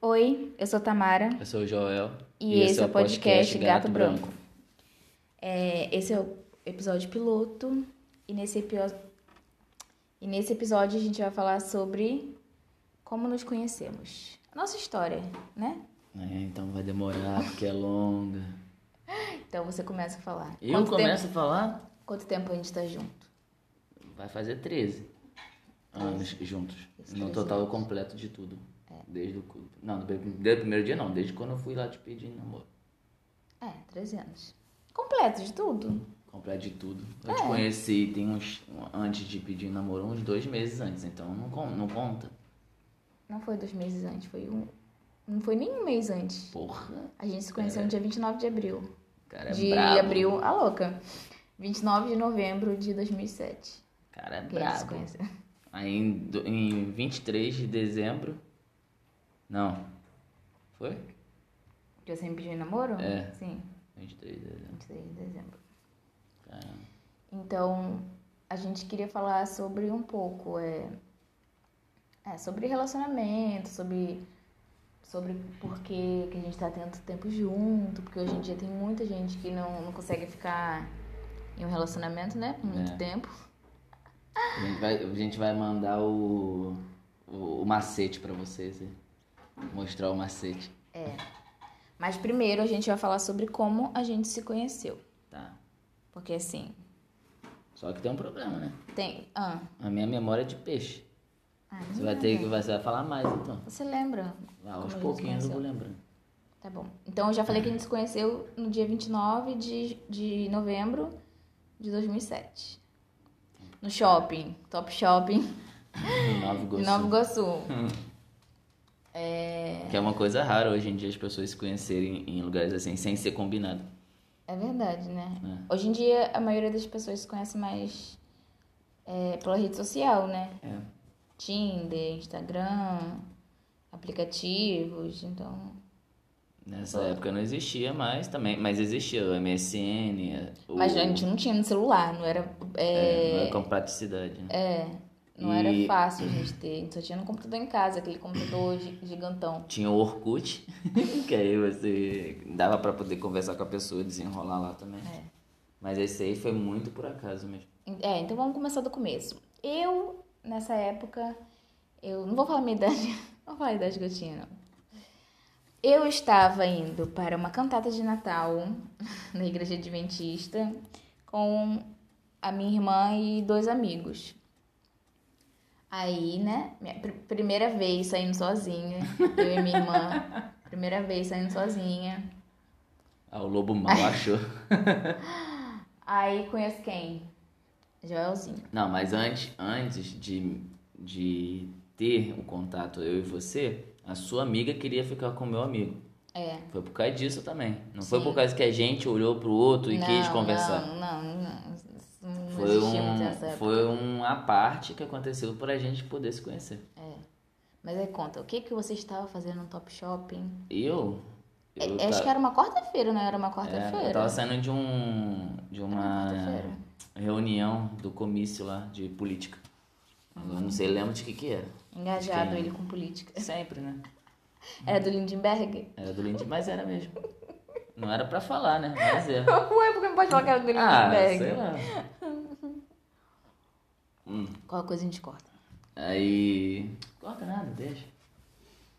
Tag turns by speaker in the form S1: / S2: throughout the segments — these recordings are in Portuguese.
S1: Oi, eu sou Tamara
S2: Eu sou o Joel.
S1: e, esse, é o podcast, Gato, Branco. É, esse é o episódio piloto e nesse, epi- e nesse episódio a gente vai falar sobre como nos conhecemos. Nossa história, né?
S2: É, então vai demorar porque é longa.
S1: Então você começa a falar.
S2: Eu
S1: Quanto
S2: começo a falar?
S1: Tempo, quanto tempo a gente tá junto?
S2: Vai fazer 13 anos juntos.
S1: Isso,
S2: No
S1: 13
S2: total eu completo de tudo.
S1: É.
S2: Desde o. cu- Não, do pri- desde o primeiro dia não, desde quando eu fui lá te pedir namoro.
S1: É, 13 anos. Completo de tudo.
S2: Completo de tudo. Eu
S1: É.
S2: te conheci tem uns. Antes de pedir namoro, uns dois meses antes, então não, con- não conta.
S1: Não foi dois meses antes, foi um. Não foi nem um mês antes.
S2: Porra!
S1: A gente se conheceu no dia 29 de abril.
S2: o Cara, é
S1: de
S2: brabo.
S1: abril, a louca. 29 de novembro de 2007.
S2: O Cara, é
S1: Que a gente se
S2: brabo.
S1: conheceu.
S2: Aí em, do- em 23 de dezembro. Não. Foi?
S1: Que você me pediu em namoro?
S2: É.
S1: Sim,
S2: 23 de dezembro.
S1: 23 de dezembro.
S2: Caramba.
S1: Então, a gente queria falar sobre um pouco, é, é, sobre relacionamento, sobre, sobre por que, que a gente tá tanto tempo junto, porque hoje em dia tem muita gente que não, não consegue ficar em um relacionamento, né, por muito
S2: É.
S1: tempo.
S2: A gente vai, a gente vai mandar o, o, o macete pra vocês. né? Mostrar o macete.
S1: Mas primeiro a gente vai falar sobre como a gente se conheceu,
S2: Tá.
S1: porque assim,
S2: Só que tem um problema, né?
S1: tem... Ah,
S2: A minha memória é de peixe.
S1: ah,
S2: Você vai ter que você vai falar mais então.
S1: Você lembra? como
S2: Lá,
S1: a
S2: aos
S1: gente se
S2: pouquinhos
S1: conheceu?
S2: eu vou lembrando.
S1: Tá bom. Então eu já falei que a gente se
S2: Uhum.
S1: conheceu no dia 29 de, de novembro de 2007. No shopping, Top Shopping,
S2: Nove
S1: em
S2: gostos.
S1: Nova Iguaçu.
S2: Hum. Que é uma coisa rara hoje em dia as pessoas se conhecerem em lugares assim, sem ser combinado.
S1: É verdade, né?
S2: É.
S1: Hoje em dia a maioria das pessoas se conhece mais é, pela rede social, né?
S2: É.
S1: Tinder, Instagram, aplicativos, então.
S2: Nessa época não existia mais também, mas existia o MSN. é, O,
S1: Mas a gente não tinha no celular, não era.
S2: é, não
S1: é,
S2: é com praticidade. Né?
S1: Não
S2: E-
S1: era fácil a gente ter, a gente só tinha no computador em casa, aquele computador gi- gigantão.
S2: Tinha o Orkut, que aí você dava pra poder conversar com a pessoa, desenrolar lá também. Mas esse aí foi muito por acaso mesmo.
S1: É, então vamos começar do começo. Eu, nessa época, eu não vou falar minha idade, não vou falar a idade que eu tinha, não. Eu estava indo para uma cantata de Natal na igreja adventista com a minha irmã e dois amigos. Aí, né, minha pr- primeira vez saindo sozinha, eu e minha irmã, primeira vez saindo sozinha.
S2: Ah, o Lobo Mal achou.
S1: Aí conheço quem? Joelzinho.
S2: Não, mas antes, antes de, de ter o contato eu e você, a sua amiga queria ficar com o meu amigo.
S1: É.
S2: Foi por causa disso também. Não foi por causa que a gente olhou pro outro e quis conversar.
S1: Não, não, não. Isso Não
S2: Foi
S1: existia muito nessa
S2: um,
S1: época.
S2: foi uma parte que aconteceu pra gente poder se conhecer.
S1: Mas aí conta, o que que você estava fazendo no Top Shopping?
S2: Eu, eu
S1: É, Acho
S2: ta-
S1: que era uma quarta-feira, não era uma
S2: É, eu
S1: quarta-feira?
S2: tava saindo de um de uma
S1: quarta-feira.
S2: reunião do comício lá de política. Agora eu não sei, lembro de que que era.
S1: Engajado
S2: Quem?
S1: ele com política.
S2: Sempre, né?
S1: Era do Lindenberg?
S2: Era do Lindy, mas era mesmo. Não era pra falar, né? Mas era.
S1: Ué, porque não pode falar que era do
S2: Ah,
S1: Lindenberg?
S2: sei lá.
S1: Qual coisa a gente corta?
S2: Aí. Corta nada, deixa.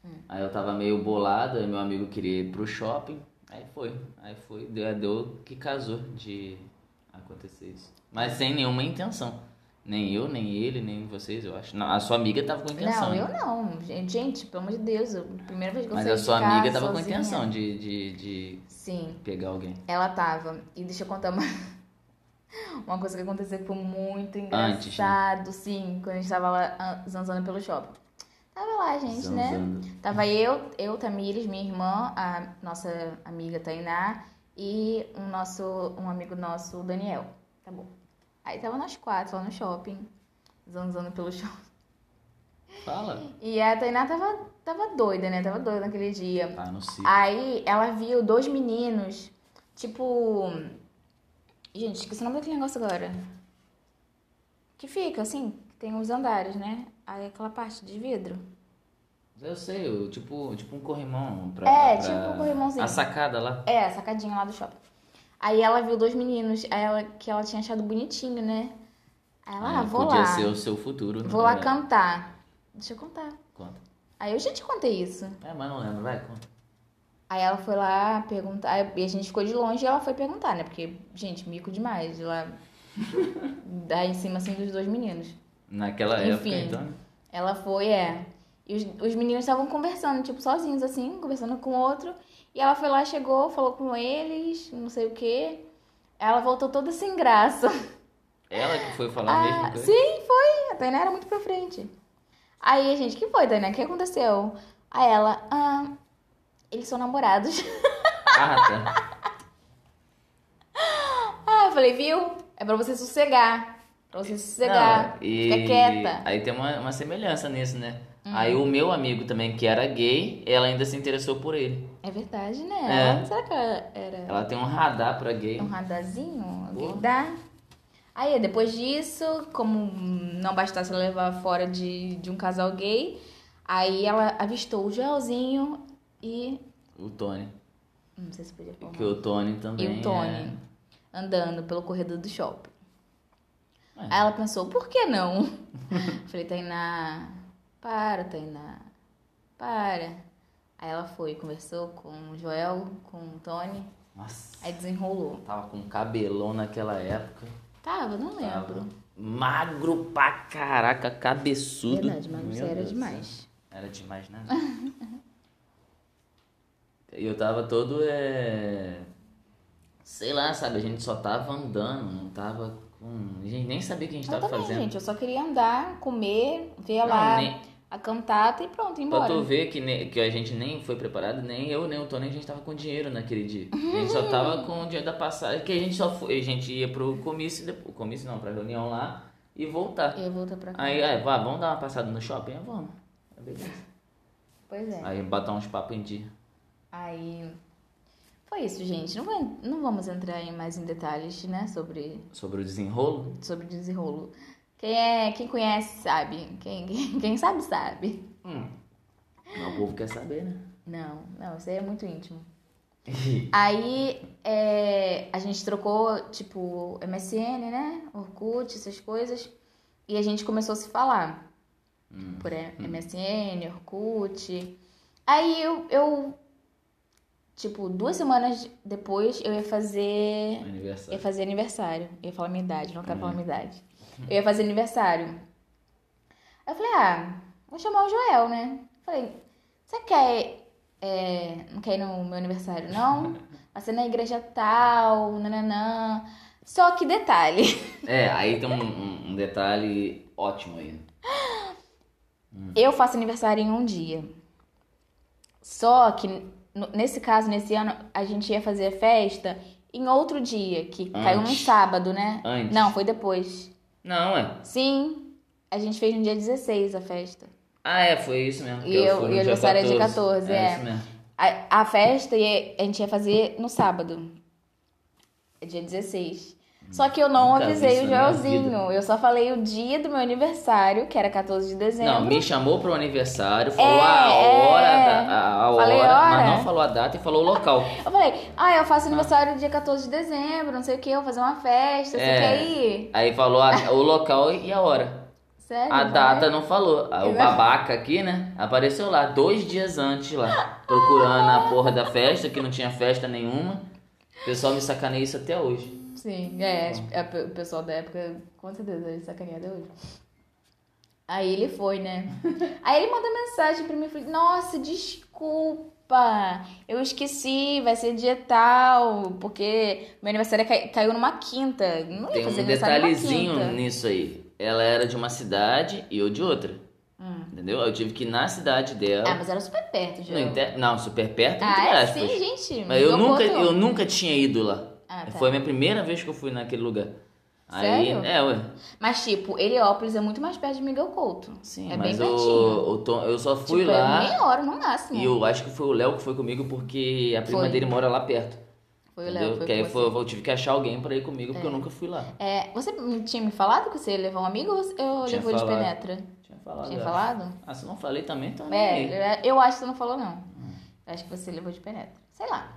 S1: Hum.
S2: Aí eu tava meio bolado, aí meu amigo queria ir pro shopping. Aí foi. Aí foi, deu, deu que casou de acontecer isso. Mas sem nenhuma intenção. Nem eu, nem ele, nem vocês, eu acho. Não, a sua amiga tava com
S1: Não,
S2: intenção. né?
S1: eu não. Gente, gente, pelo amor de Deus, eu- primeira vez que eu
S2: Mas
S1: saí
S2: a
S1: de
S2: sua
S1: casa
S2: amiga tava com
S1: sozinha.
S2: intenção de, de, de
S1: Sim.
S2: pegar alguém.
S1: Ela tava. E deixa eu contar uma, uma coisa que aconteceu que foi muito
S2: Antes, né?
S1: engraçado, sim, quando a gente tava lá ah, zanzando pelo shopping. Tava lá, gente, né?
S2: Zanzando.
S1: Tava eu, eu, Tamires, minha irmã, a nossa amiga Tainá e um, nosso, um amigo nosso, o Daniel. Tá bom. Aí tava nós quatro lá no shopping, zanzando pelo shopping.
S2: Fala.
S1: E a Tainá tava, tava doida, né? Tava doida naquele dia.
S2: Tá no
S1: Ah.
S2: circo.
S1: Aí ela viu dois meninos, tipo. Gente, esqueci o nome daquele negócio agora. Que fica assim, tem uns andares, né? Aí aquela parte de vidro.
S2: Eu sei, eu, tipo, tipo um corrimão pra.
S1: É,
S2: pra-
S1: tipo um corrimãozinho.
S2: A sacada lá.
S1: É, a sacadinha lá do shopping. Aí ela viu dois meninos aí ela, que ela tinha achado bonitinho, né? Aí ela, ah,
S2: Aí
S1: vou
S2: É, podia
S1: lá.
S2: ser o seu futuro. né?
S1: Vou lá
S2: É.
S1: cantar. Deixa eu contar.
S2: Conta.
S1: Aí eu já te contei isso.
S2: É, mas não lembro, vai, conta.
S1: Aí ela foi lá perguntar, aí- e a gente ficou de longe e ela foi perguntar, né? Porque, gente, mico demais, lá dar em cima assim dos dois meninos.
S2: Naquela
S1: Enfim.
S2: época, então.
S1: Ela foi, é. E os, os meninos estavam conversando, tipo, sozinhos assim, conversando com o outro. E ela foi lá, chegou, falou com eles, não sei o quê. Ela voltou toda sem graça.
S2: Ela que foi falar mesmo. né?
S1: Ah, sim, foi. A Tainá era muito pra frente. Aí, gente, que foi, Tainá? O que aconteceu? Aí ela, ah, eles são namorados.
S2: Ah, tá.
S1: Ah, eu falei, viu? É pra você sossegar. Pra você sossegar.
S2: Não, e...
S1: Fica quieta. Hum.
S2: Aí tem uma, uma semelhança nisso, né? Aí o meu amigo também, que era gay, ela ainda se interessou por ele.
S1: É verdade, né?
S2: É.
S1: Ela- Será que ela era
S2: Ela tem um radar pra gay.
S1: um radazinho? Alguém
S2: Boa.
S1: dá? Aí, depois disso, como não bastasse ela levar fora de, de um casal gay, aí ela avistou o Joelzinho e.
S2: O Tony.
S1: Não sei se podia falar.
S2: Que o Tony também.
S1: E o Tony
S2: é-
S1: andando pelo corredor do shopping.
S2: É.
S1: Aí ela pensou, por que não? Falei, Tainá, para, Tainá, para. Aí ela foi, conversou com o Joel, com o Tony,
S2: Nossa.
S1: aí desenrolou.
S2: Tava com cabelão naquela época.
S1: Tava, não lembro.
S2: Tava magro pra caraca, cabeçudo.
S1: Verdade, mas
S2: Meu
S1: você era
S2: Deus do céu.
S1: demais.
S2: Era demais, né? E eu tava todo, é... Sei lá, sabe? A gente só tava andando, não tava com... A gente nem sabia o que a gente
S1: Eu
S2: tava
S1: também,
S2: fazendo.
S1: gente, eu só queria andar, comer, ver
S2: Não,
S1: lá
S2: nem-
S1: a cantata e pronto, ir
S2: Pra
S1: embora.
S2: tu ver que, ne- que a gente nem foi preparado, nem eu, nem o Tony, a gente tava com dinheiro naquele dia. A gente só tava com o dinheiro da passagem, que a gente só foi, a gente ia pro comício, depois, comício não, pra reunião lá e voltar.
S1: E aí volta pra cá.
S2: Aí, aí, vá, vamos dar uma passada no shopping? Ah, Vamos. É beleza.
S1: Pois é.
S2: Aí botar uns papos em dia.
S1: Aí foi isso, gente. Não, vou- não vamos entrar em mais em detalhes, né, sobre
S2: Sobre o desenrolo?
S1: sobre desenrolo. Quem é, quem conhece sabe. Quem, quem, quem sabe sabe.
S2: Hum. Mas o povo quer saber, né?
S1: Não, não, isso aí é muito íntimo. Aí é, a gente trocou, tipo, MSN, né? Orkut, essas coisas. E a gente começou a se falar.
S2: Hum.
S1: Por e- MSN, Orkut. Aí eu, eu, tipo, duas semanas depois eu ia fazer Eu ia
S2: É Aniversário.
S1: fazer aniversário. Eu ia falar minha idade, não quero
S2: Hum.
S1: falar minha idade. Eu ia fazer aniversário. Aí eu falei, ah, vou chamar o Joel, né? Falei, você quer. é, não quer ir no meu aniversário, não? Vai ser na igreja tal, nananã. Só que detalhe,
S2: É, aí tem um- um, um detalhe ótimo aí. Hum.
S1: eu faço aniversário em um dia. Só que, no- nesse caso, nesse ano, a gente ia fazer a festa em outro dia, que caiu num
S2: Antes.
S1: sábado, né?
S2: Antes.
S1: Não, foi depois.
S2: Não, é.
S1: Sim, a gente fez no dia 16 a festa.
S2: Ah, é, foi isso mesmo. porque
S1: E eu-
S2: fui no
S1: e o
S2: dia
S1: aniversário é dia 14, é.
S2: isso mesmo.
S1: A, a festa ia- a gente ia fazer no sábado, é dia 16. Só que eu não
S2: Nunca vi
S1: avisei
S2: isso
S1: o
S2: na minha
S1: Joelzinho.
S2: vida.
S1: Eu só falei o dia do meu aniversário, que era 14 de dezembro.
S2: Não, me chamou pro aniversário, falou
S1: É,
S2: a hora,
S1: é.
S2: da- a, a
S1: Falei
S2: hora, mas
S1: hora.
S2: não falou a data e falou o local.
S1: Eu falei, ah, eu faço aniversário dia 14 de dezembro, não sei o que, eu vou fazer uma festa,
S2: É.
S1: você quer ir?
S2: Aí falou a- o local e a hora.
S1: Sério?
S2: A
S1: né?
S2: data não falou. Aí O
S1: Exato.
S2: babaca aqui, né? Apareceu lá dois dias antes lá, procurando a porra da festa, que não tinha festa nenhuma. O pessoal me sacaneia isso até hoje.
S1: Sim, é,
S2: Então.
S1: tipo, é, o pessoal da época, com certeza, ele sacaneado hoje. Aí ele foi, né? Aí ele mandou mensagem pra mim, falei, nossa, desculpa, eu esqueci, vai ser dia tal, porque meu aniversário cai- caiu numa quinta, não ia
S2: Tem
S1: fazer
S2: um
S1: aniversário numa
S2: detalhezinho
S1: quinta.
S2: nisso aí. Ela era de uma cidade e eu de outra.
S1: Hum.
S2: Entendeu? Eu tive que ir na cidade dela.
S1: Ah, mas era super perto,
S2: não,
S1: Joel.
S2: inter... não, super perto, entre
S1: Ah, é?
S2: aspas.
S1: Sim, gente.
S2: Mas eu
S1: ligou pro
S2: nunca,
S1: outro.
S2: eu nunca tinha ido lá.
S1: Ah, tá.
S2: Foi a minha primeira vez que eu fui naquele lugar.
S1: Sério?
S2: Aí, é, ué.
S1: Mas, tipo, Heliópolis é muito mais perto de Miguel Couto.
S2: Sim,
S1: é
S2: mas
S1: bem
S2: o,
S1: pertinho.
S2: o Tom- eu só fui
S1: tipo, é
S2: lá
S1: meia hora no máximo.
S2: e eu acho que foi o Léo que foi comigo porque a prima
S1: Foi.
S2: dele mora lá perto.
S1: Foi o Léo,
S2: Entendeu?
S1: foi
S2: Porque
S1: com
S2: aí
S1: você.
S2: foi, eu tive que achar alguém pra ir comigo, porque eu nunca fui lá.
S1: É, você me- tinha me falado que você ia levar um amigo ou você- eu
S2: Tinha
S1: levou de
S2: falado.
S1: penetra?
S2: Tinha falado.
S1: Tinha
S2: eu acho.
S1: falado?
S2: Ah, se não falei também, tá nem aí.
S1: É, eu acho que você não falou, não. Eu acho que você levou de penetra. Sei lá.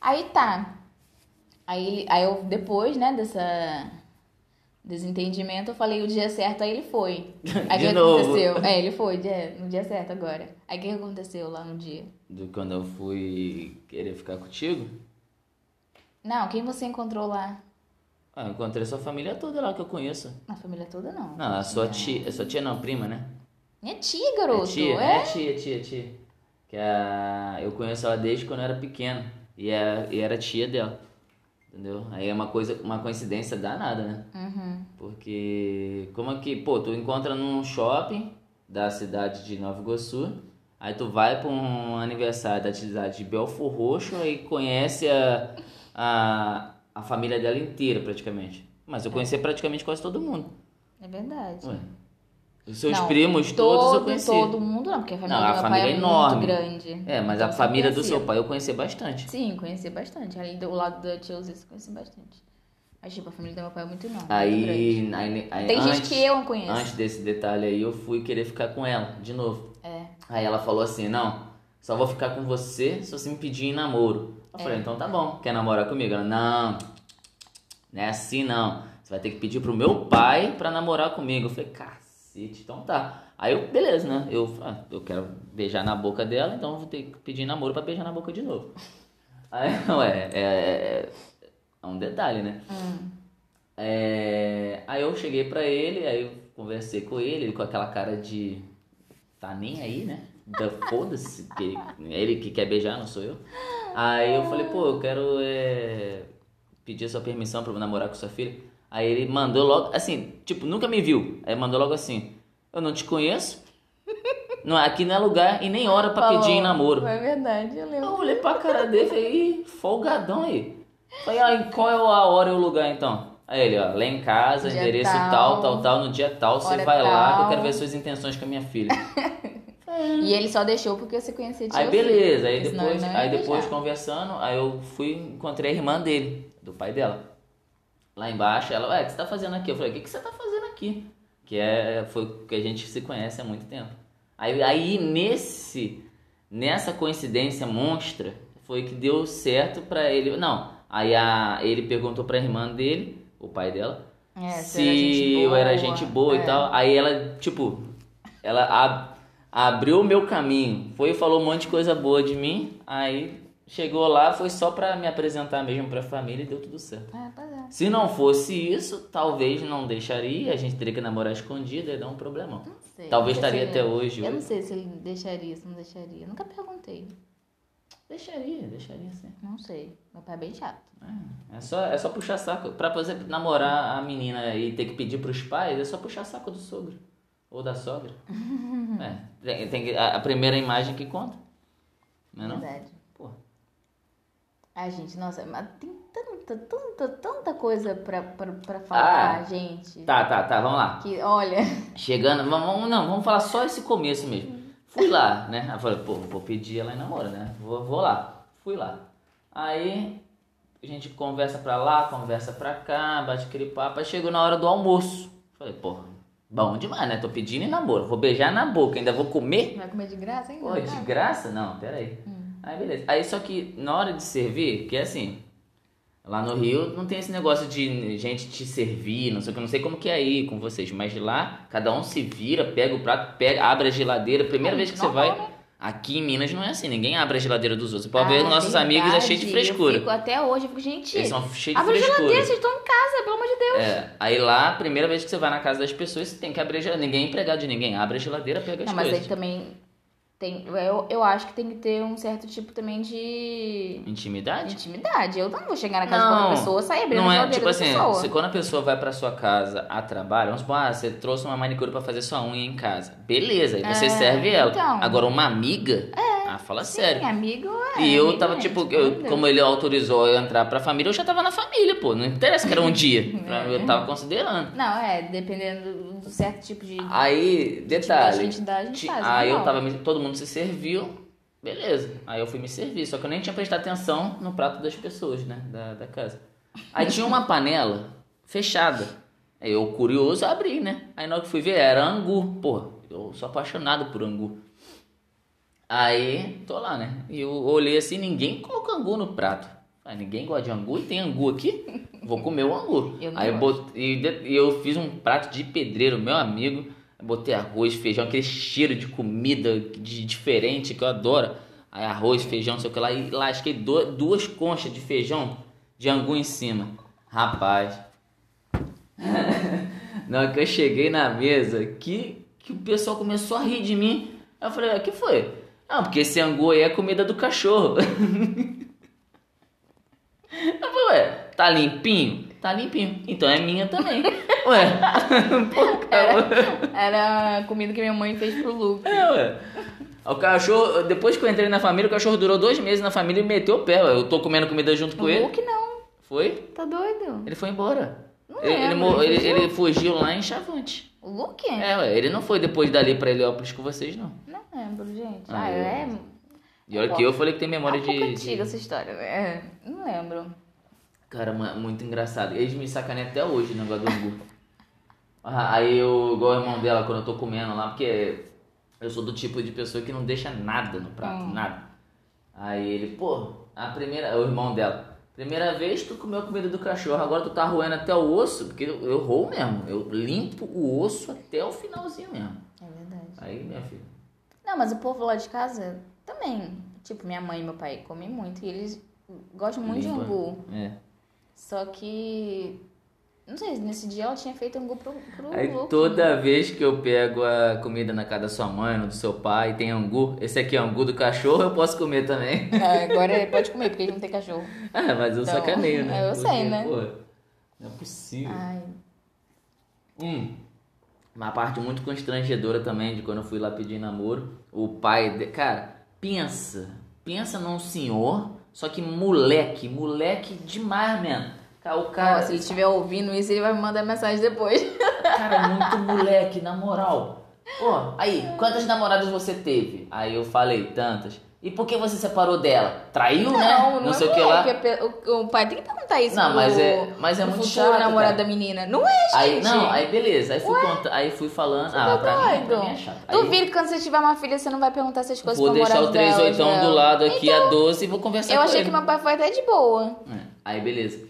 S1: Aí tá. Aí, ele- aí eu, depois, né, dessa desentendimento, eu falei o dia certo, aí ele foi. Aí o
S2: De
S1: que
S2: novo.
S1: aconteceu? É, ele foi, é, no dia certo agora. Aí o que aconteceu lá no dia?
S2: Do quando eu fui querer ficar contigo,
S1: Não, quem você encontrou lá?
S2: ah, eu encontrei sua família toda lá que eu conheço.
S1: Na família toda, não.
S2: Não, a sua tia, a sua tia não, prima, né?
S1: Minha tia, garoto.
S2: É tia,
S1: é?
S2: é tia, tia, tia. Que a... eu conheço ela desde quando eu era pequeno. E, é- e era tia dela. Entendeu? Aí é uma coisa, uma coincidência danada, né?
S1: Uhum.
S2: Porque como é que, pô, tu encontra num shopping da cidade de Nova Iguaçu, aí tu vai pra um aniversário da cidade de Belfor Roxo aí conhece a, a, a família dela inteira praticamente. Mas eu conheci praticamente quase todo mundo.
S1: É verdade.
S2: Ué, os seus
S1: Não,
S2: primos
S1: todo,
S2: todos eu conheci.
S1: Todo mundo não, porque a família
S2: Não, a
S1: do meu
S2: família
S1: pai
S2: é
S1: é
S2: enorme.
S1: muito grande.
S2: É, mas a
S1: Então,
S2: família do
S1: conhecia.
S2: seu pai eu conheci bastante.
S1: Sim, conheci bastante. Ali do lado da tia Uzice, conheci bastante. Mas, tipo, a família do meu pai é muito enorme. muito grande.
S2: Aí, aí, aí
S1: Tem
S2: antes,
S1: gente que eu não conheço.
S2: antes desse detalhe aí, eu fui querer ficar com ela de novo.
S1: É.
S2: Aí ela falou assim: Não, só vou ficar com você se você me pedir em namoro. Eu
S1: É.
S2: falei: Então tá bom, quer namorar comigo? Ela: Não, não é assim não. Você vai ter que pedir pro meu pai pra namorar comigo. Eu falei: Cacete, então tá. Aí eu, beleza, né? Eu, ah, eu quero beijar na boca dela, então eu vou ter que pedir em namoro pra beijar na boca de novo. Aí, ué, é, é, é um detalhe, né?
S1: Hum.
S2: É, aí eu cheguei pra ele, aí eu conversei com ele, ele com aquela cara de. Tá nem aí, né? Da foda-se, que ele que quer beijar, não sou eu. Aí eu falei, pô, eu quero é, pedir a sua permissão pra eu namorar com sua filha. Aí ele mandou logo, assim, tipo, nunca me viu. Aí mandou logo assim: Eu não te conheço, não, aqui não é lugar e nem hora pra pedir
S1: Falou.
S2: em namoro.
S1: É verdade, eu lembro.
S2: Eu olhei pra cara dele e falei, "Ih, folgadão aí. Falei, ah, e qual é a hora e o lugar então? Aí ele, ó, lá em casa,
S1: Dia
S2: endereço
S1: tal,
S2: tal, tal, tal, no dia tal, você
S1: hora
S2: vai lá que eu
S1: tal.
S2: quero ver suas intenções com a minha filha.
S1: E ele só deixou porque você conhecia a tia
S2: Então, aí
S1: Uzice,
S2: beleza, aí
S1: porque senão
S2: depois,
S1: ele não ia
S2: aí depois
S1: beijar.
S2: conversando, aí eu fui e encontrei a irmã dele, do pai dela. Lá embaixo, ela, ué, o que você tá fazendo aqui? Eu falei, o que, que você tá fazendo aqui? Que é, foi que a gente se conhece há muito tempo. Aí, aí nesse, nessa coincidência monstra, foi que deu certo pra ele. Não, aí a, ele perguntou pra irmã dele, o pai dela,
S1: É, você
S2: se
S1: era gente
S2: eu
S1: boa.
S2: era gente boa
S1: É.
S2: e tal. Aí ela, tipo, ela ab- abriu o meu caminho, foi e falou um monte de coisa boa de mim. Aí chegou lá, foi só pra me apresentar mesmo pra família e deu tudo certo.
S1: Ah, pois é.
S2: Se não fosse isso, talvez não deixaria, a gente teria que namorar escondida e dar um problemão.
S1: Não sei.
S2: Talvez
S1: Não sei
S2: estaria
S1: se
S2: até
S1: ele-
S2: hoje.
S1: Eu não sei se ele deixaria, se não deixaria. Eu nunca perguntei.
S2: Deixaria, deixaria sim.
S1: Não sei. Meu pai é bem chato.
S2: É, É só, é só puxar saco. Pra, por exemplo, namorar a menina e ter que pedir pros pais, é só puxar saco do sogro. Ou da sogra. é, tem, tem que- a, a primeira imagem que conta. Não é não?
S1: Verdade.
S2: Pô,
S1: Ai, gente, nossa, mas tem tanta, tanta, tanta coisa pra, pra, pra falar,
S2: Ah,
S1: gente.
S2: Tá, tá, tá, vamos lá.
S1: Que, olha,
S2: Chegando, vamos, vamos- não, vamos falar só esse começo mesmo. Fui lá, né? Aí falei, pô, vou pedir ela em namoro, né? Vou, vou lá. Fui lá. Aí a gente conversa pra lá, conversa pra cá, bate aquele papo. Aí chegou na hora do almoço. Falei, pô, bom demais, né? Tô pedindo em namoro. Vou beijar na boca, ainda vou comer.
S1: vai comer de graça, hein?
S2: Pô, de graça? Não, peraí.
S1: Hum.
S2: Aí beleza. Aí só que na hora de servir, que é assim, lá no Rio não tem esse negócio de gente te servir, não sei o que, não sei como que é aí com vocês, mas lá cada um se vira, pega o prato, pega, abre a geladeira. Primeira vez que você vai.
S1: né?
S2: Aqui em Minas não é assim, ninguém abre a geladeira dos outros. Você Pode ver nossos amigos é cheio de
S1: Ah, Eu fico
S2: frescura.
S1: até hoje, eu fico, gente,
S2: Eles são cheios de
S1: abre a geladeira,
S2: frescura.
S1: vocês estão em casa, pelo amor de Deus.
S2: É, aí lá, primeira vez que você vai na casa das pessoas, você tem que abrir a geladeira. Ninguém é empregado de ninguém. Abre a geladeira, pega as
S1: Não, mas
S2: É, coisas.
S1: aí tá- também tem, eu, eu acho que tem que ter um certo tipo também de
S2: Intimidade?
S1: intimidade. Eu não vou chegar na casa
S2: Não,
S1: de qualquer pessoa, sair abrindo
S2: Não
S1: a
S2: é,
S1: geladeira
S2: tipo
S1: da
S2: assim,
S1: pessoa.
S2: se- quando a pessoa vai pra sua casa a trabalho, vamos supor, ah, você trouxe uma manicure pra fazer sua unha em casa. Beleza, aí você
S1: É,
S2: serve ela.
S1: então. É,
S2: Agora, uma amiga, ah, fala sério.
S1: Sim, amigo, é,
S2: E eu
S1: amigo,
S2: tava,
S1: é,
S2: tipo,
S1: pelo amor
S2: eu,
S1: de Deus.
S2: como ele autorizou eu entrar pra família, eu já tava na família, pô. Não interessa que era um dia. pra-
S1: É.
S2: Eu tava considerando.
S1: Não, é, dependendo do certo tipo de
S2: Aí,
S1: de
S2: detalhe.
S1: identidade, a gente
S2: ti-
S1: faz. é
S2: aí eu
S1: normal.
S2: tava, me- todo mundo se serviu. Beleza. Aí eu fui me servir, só que eu nem tinha prestado atenção no prato das pessoas, né? Da, da casa. Aí tinha uma panela fechada. Aí eu, curioso, abri, né? Aí na hora que fui ver, era angu. Porra, eu sou apaixonado por angu. Aí, tô lá, né? E eu olhei assim, ninguém colocou angu no prato. Ah, ninguém gosta de angu? Tem angu aqui? Vou comer o angu.
S1: Eu não
S2: Aí eu,
S1: gosto.
S2: botei- e de- e eu fiz um prato de pedreiro, meu amigo. Botei arroz, feijão, aquele cheiro de comida de- diferente que eu adoro. Aí arroz, feijão, não sei o que lá. E lasquei do- duas conchas de feijão de angu em cima. Rapaz. Na hora que eu cheguei na mesa, que, que o pessoal começou a rir de mim. Eu falei, o que foi? Ah, porque esse angu aí é comida do cachorro. Eu falei, ué, tá limpinho? Tá limpinho. Então é minha também. ué. um Pô, cara,
S1: Era a comida que minha mãe fez pro Luke.
S2: é, ué. O cachorro, depois que eu entrei na família, o cachorro durou dois meses na família e meteu o pé. ué. Eu tô comendo comida junto com
S1: O
S2: ele.
S1: Luke não.
S2: Foi?
S1: Tá doido?
S2: Uhum. Ele foi embora.
S1: Não
S2: ele, ele
S1: lembro,
S2: mo-
S1: ele
S2: ele- ele fugiu lá em Chavante.
S1: O Luke?
S2: É, ué, ele não foi depois dali pra Heliópolis com vocês, não.
S1: Não lembro, gente.
S2: Ah,
S1: Ah,
S2: eu-
S1: é.
S2: E olha que eu falei que tem memória
S1: um pouco
S2: de,
S1: antiga
S2: de.
S1: essa história. né? É, não lembro.
S2: Cara, ma- muito engraçado. Eles me sacaneiam até hoje no negócio do angu. Ah, Aí eu, igual o irmão dela, quando eu tô comendo lá, porque eu sou do tipo de pessoa que não deixa nada no prato,
S1: Hum.
S2: nada. Aí ele, pô, a primeira. O irmão dela. Primeira vez tu comeu a comida do cachorro, agora tu tá roendo até o osso, porque eu, eu roo mesmo. Eu limpo o osso até o finalzinho mesmo.
S1: É verdade.
S2: Aí, minha filha.
S1: Não, mas o povo lá de casa também. Tipo, minha mãe e meu pai comem muito. E eles gostam muito
S2: limpa.
S1: de angu.
S2: É.
S1: Só que. Não sei, nesse dia ela tinha feito angu pro, pro
S2: Aí
S1: Luke.
S2: toda vez que eu pego a comida na casa da sua mãe, ou do seu pai, tem angu. Esse aqui é angu do cachorro, eu posso comer também.
S1: Ah, agora ele pode comer, porque ele não tem cachorro.
S2: ah, mas eu
S1: Então,
S2: sacaneio, né?
S1: eu sei, né? Ah.
S2: pô, não é possível.
S1: Ai,
S2: Hum. Uma parte muito constrangedora também de quando eu fui lá pedir namoro. O pai. De... Cara, pensa. Pensa num senhor, só que moleque. Moleque demais, mesmo. Cara, O cara.
S1: ó, se ele estiver ouvindo isso, ele vai me mandar mensagem depois.
S2: Cara, muito moleque, na moral. Pô, aí, quantas namoradas você teve? Aí eu falei, tantas. E por que você separou dela? Traiu, né? sei o que lá.
S1: moleque, é pe- o, o pai tem que perguntar isso.
S2: Não,
S1: pro-
S2: mas é- mas é
S1: pro
S2: muito
S1: futuro né,
S2: chato,
S1: namorado
S2: cara.
S1: da menina. Não é,
S2: Aí,
S1: gente.
S2: não, aí beleza. Aí fui, conta, aí fui falando.
S1: Tá
S2: Ah, pra mim,
S1: doido.
S2: pra mim é chato. Aí
S1: Duvido que quando você tiver uma filha, você não vai perguntar essas coisas
S2: Vou
S1: pro
S2: deixar o
S1: namorado dela,
S2: 3 oitão do
S1: dela.
S2: lado aqui, a 12, e vou conversar
S1: Eu
S2: com
S1: achei
S2: ele.
S1: que meu pai foi até de boa.
S2: É, Aí beleza.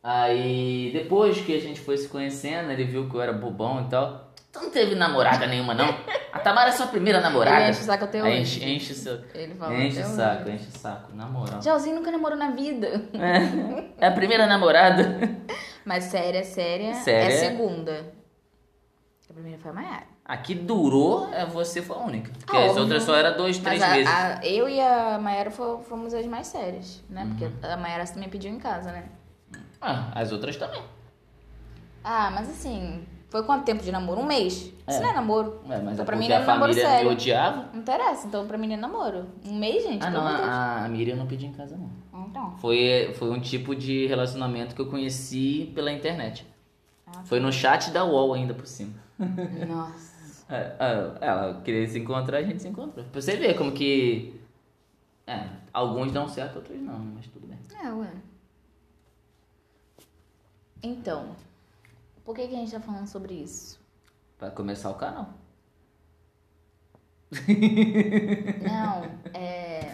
S2: Aí depois que a gente foi se conhecendo, ele viu que eu era bobão e tal. Tu não teve namorada nenhuma, não? A Tamara é sua primeira namorada.
S1: Ele enche o saco até hoje.
S2: Aí Enche, enche o seu.
S1: Ele falou
S2: Enche o
S1: até hoje.
S2: saco, enche o saco, na moral.
S1: Jalzinho nunca namorou na vida.
S2: É, é a primeira namorada.
S1: Mas séria, séria,
S2: Séria.
S1: é segunda. A primeira foi a Maiara.
S2: A que durou, é você foi a única. Porque
S1: Ah,
S2: as
S1: óbvio.
S2: outras só era dois, três
S1: Mas a-
S2: meses.
S1: a- eu e a Maiara fo- fomos as mais sérias, né? Porque a Maiara também pediu em casa, né?
S2: Ah, as outras também.
S1: Ah, mas assim, foi quanto tempo de namoro? Um mês?
S2: É.
S1: Isso não é namoro.
S2: Ué, mas
S1: Então,
S2: é
S1: pra mim
S2: porque
S1: não
S2: a
S1: é namoro
S2: família me
S1: sério.
S2: odiava.
S1: Não interessa, então pra mim é namoro. Um mês, gente?
S2: Ah,
S1: pelo
S2: não,
S1: amor de Deus.
S2: a, a Miriam não pediu em casa, não.
S1: Então.
S2: Foi, foi um tipo de relacionamento que eu conheci pela internet.
S1: Ah.
S2: Foi no chat da UOL ainda por cima.
S1: Então. Nossa.
S2: É, ah, Ela queria se encontrar, a gente se encontrou. Pra você ver como que. É, alguns dão certo, outros não, mas tudo bem.
S1: É, ué. Então, por que, que a gente tá falando sobre isso?
S2: Pra começar o canal.
S1: Não, é.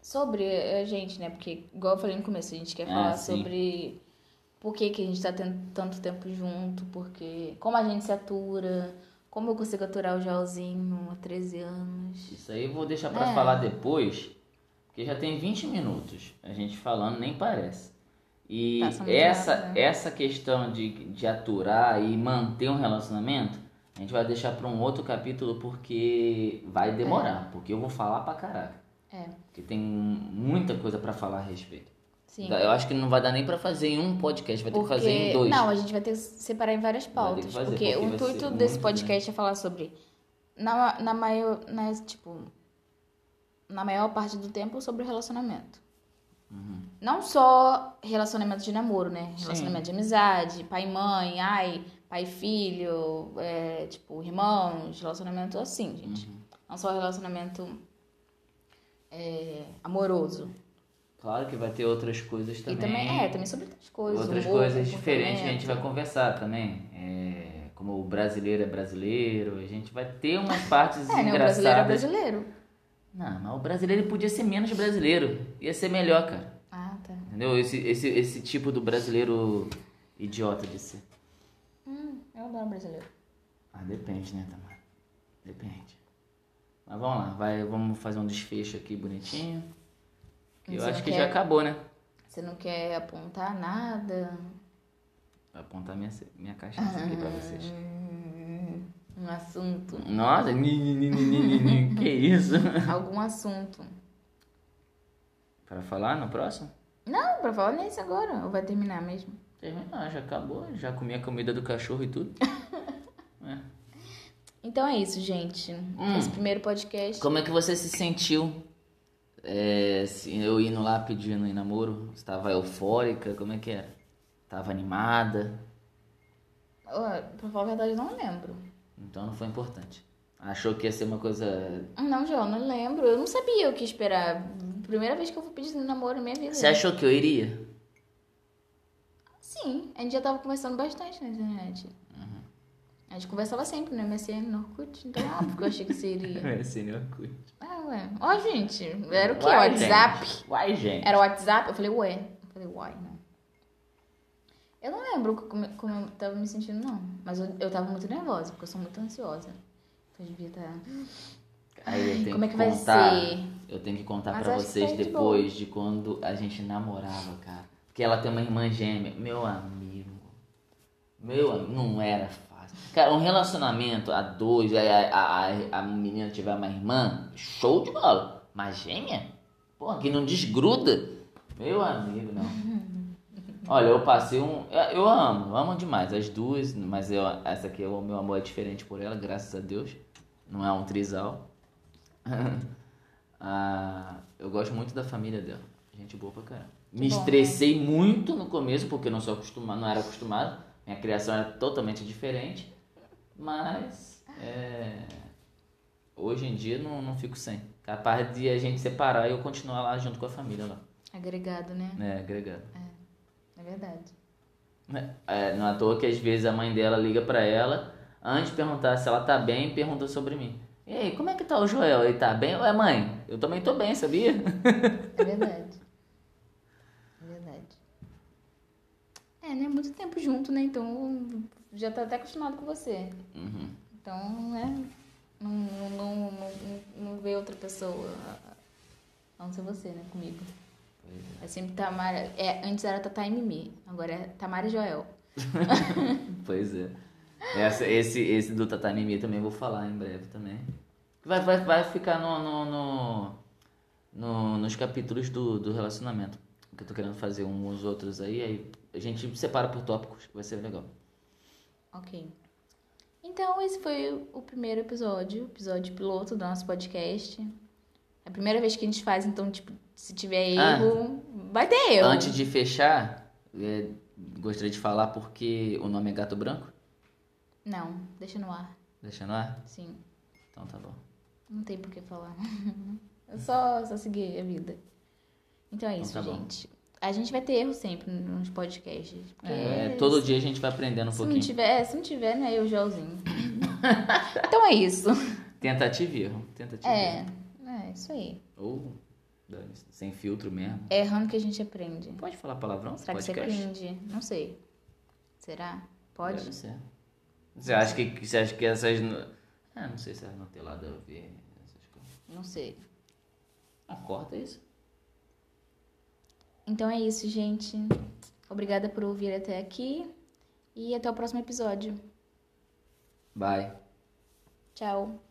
S1: Sobre a gente, né? Porque, igual eu falei no começo, a gente quer
S2: Ah,
S1: falar
S2: sim.
S1: sobre por que, que a gente tá tendo tanto tempo junto, porque. Como a gente se atura, como eu consigo aturar o Jalzinho há 13 anos.
S2: Isso aí eu vou deixar pra
S1: É.
S2: falar depois, porque já tem 20 minutos a gente falando, nem parece. E
S1: Passa muito
S2: essa,
S1: rápido, Tá né?
S2: essa questão de, de aturar e manter um relacionamento, a gente vai deixar pra um outro capítulo porque vai demorar, porque eu vou falar pra caraca.
S1: É,
S2: Porque tem muita coisa pra falar a respeito.
S1: sim.
S2: Eu acho que não vai dar nem pra fazer em um podcast, vai ter que fazer em dois.
S1: Não, a gente vai ter que separar em várias
S2: Vai ter que
S1: pautas.
S2: fazer,
S1: porque,
S2: porque
S1: o
S2: vai ser
S1: intuito
S2: muito
S1: desse
S2: grande.
S1: podcast é falar sobre. Na, na maior. Na, tipo. Na maior parte do tempo sobre relacionamento.
S2: Uhum.
S1: Não só relacionamento de namoro, né?
S2: Sim.
S1: Relacionamento de amizade, pai e mãe,
S2: Uhum.
S1: ai, pai e filho, é, tipo, irmãos, relacionamento assim, gente. Não só relacionamento é, amoroso.
S2: Claro que vai ter outras coisas também.
S1: E também, é, também sobre outras coisas.
S2: outras
S1: humor,
S2: coisas diferentes né? que a
S1: comportamento.
S2: gente vai conversar também. É, como o brasileiro é brasileiro, a gente vai ter umas partes
S1: É, né? O brasileiro é
S2: engraçadas.
S1: brasileiro.
S2: Não, mas o brasileiro ele podia ser menos brasileiro. Ia ser melhor, cara.
S1: Ah, tá.
S2: Entendeu? Esse, esse, esse tipo do brasileiro idiota de ser.
S1: Hum, eu adoro brasileiro.
S2: Ah, depende, né, Tamara? Depende. Mas vamos lá, vai, vamos fazer um desfecho aqui bonitinho. Que eu
S1: Você
S2: acho
S1: não
S2: que
S1: quer-
S2: já acabou, né?
S1: Você não quer apontar nada?
S2: Vou apontar minha, ce- minha cachaça aqui pra vocês.
S1: Ah. Hum, um assunto.
S2: Nossa, ni, ni, ni, ni, ni, ni, ni, que isso?
S1: Algum assunto.
S2: Pra falar no próximo?
S1: Não, pra falar nisso agora. Ou vai terminar mesmo?
S2: Terminar, já acabou, já comi a comida do cachorro e tudo. É.
S1: Então é isso, gente. Esse primeiro podcast.
S2: Como é que você se sentiu? É, se eu indo lá pedindo em namoro? Você tava eufórica? Como é que era? Tava animada?
S1: Ó, Pra falar a verdade, eu não lembro.
S2: Então não foi importante. Achou que ia ser uma coisa
S1: Não, João, não lembro. Eu não sabia o que esperar. Primeira vez que eu fui pedir namoro na minha vida.
S2: Você achou que eu iria?
S1: Sim, a gente já tava conversando bastante na internet. A gente conversava sempre né? no MSN, no Orkut. Então, óbvio que eu achei que seria.
S2: Esse não curte.
S1: Ah, ué. Ó, gente, era o quê? WhatsApp?
S2: Uai, gente.
S1: Era o WhatsApp? Eu falei, ué. Eu falei, uai, não. Eu não lembro como, como eu tava me sentindo, não. Mas eu, eu tava muito nervosa, porque eu sou muito ansiosa. Então, eu devia estar...
S2: Aí eu
S1: Ai,
S2: tenho
S1: como é que vai
S2: contar,
S1: ser?
S2: Eu tenho que contar
S1: Mas
S2: pra
S1: acho que
S2: vocês
S1: foi de
S2: depois de quando a gente namorava, cara. Porque ela tem uma irmã gêmea. Meu amigo. Meu amigo, não era fácil. Cara, um relacionamento a dois, aí a, a, a, a menina tiver uma irmã, show de bola. Mas gêmea? Pô, que não desgruda. Meu amigo, não. Olha, eu passei um. eu- Eu amo, eu amo demais as duas, mas eu, essa aqui, o meu amor é diferente por ela, graças a Deus. Não é um trisal. Ah, eu gosto muito da família dela. Gente boa pra caramba. Me
S1: bom, né?
S2: estressei muito no começo, porque eu não, sou acostumado, não era acostumado. Minha criação era totalmente diferente. Mas é, hoje em dia não, não fico sem. Capaz de a gente separar e eu continuar lá junto com a família lá.
S1: Agregado, né?
S2: Né, agregado.
S1: É verdade.
S2: É, não é à toa que às vezes a mãe dela liga pra ela, antes de perguntar se ela tá bem, pergunta sobre mim. E aí, como é que tá o Joel? Ele tá bem? Ué, mãe, eu também tô bem, sabia?
S1: É verdade. É verdade. É, né? Muito tempo junto, né? Então, já tá até acostumado com você.
S2: Uhum.
S1: Então, né? Não, não, não, não, não vê outra pessoa. A não ser você, né? Comigo. É sempre Tamara. É, antes era Tatá e Mimi. Agora é Tamara e Joel.
S2: Pois é. Essa- esse, esse do Tatanimi também vou falar em breve também. Vai, vai, vai ficar no, no, no- no- nos capítulos do, do relacionamento. Que eu tô querendo fazer uns outros aí, aí a gente separa por tópicos, que vai ser legal.
S1: Ok. Então, esse foi o- o primeiro episódio, episódio piloto do nosso podcast. É a primeira vez que a gente faz, então, tipo, se tiver
S2: Ah.
S1: erro, vai ter erro.
S2: Antes de fechar, é, gostaria de falar porque o nome é Gato Branco.
S1: Não, deixa no ar.
S2: Deixa no ar?
S1: Sim,
S2: Então tá bom.
S1: não tem por que falar. É só, só seguir a vida. Então é
S2: Então
S1: isso,
S2: tá bom.
S1: gente. A gente vai ter erro sempre nos podcasts. porque
S2: É, todo dia a gente vai aprendendo um
S1: se não
S2: pouquinho.
S1: tiver, se não tiver, né, eu Joelzinho. então é isso.
S2: Tentativa e erro. Tentativa e
S1: É,
S2: erro.
S1: é isso aí.
S2: Ou dane-se, sem filtro mesmo.
S1: É errando que a gente aprende.
S2: Pode falar palavrão?
S1: Será que
S2: Podcast? É.
S1: você cringe? Não sei. Será? Pode?
S2: Deve ser. Você acha que, você acha que essas. no- Ah, não sei se elas não tem nada a ver. Essas coisas.
S1: Não sei.
S2: Ah, corta isso.
S1: Então é isso, gente. Obrigada por ouvir até aqui. E até o próximo episódio.
S2: Bye.
S1: Tchau.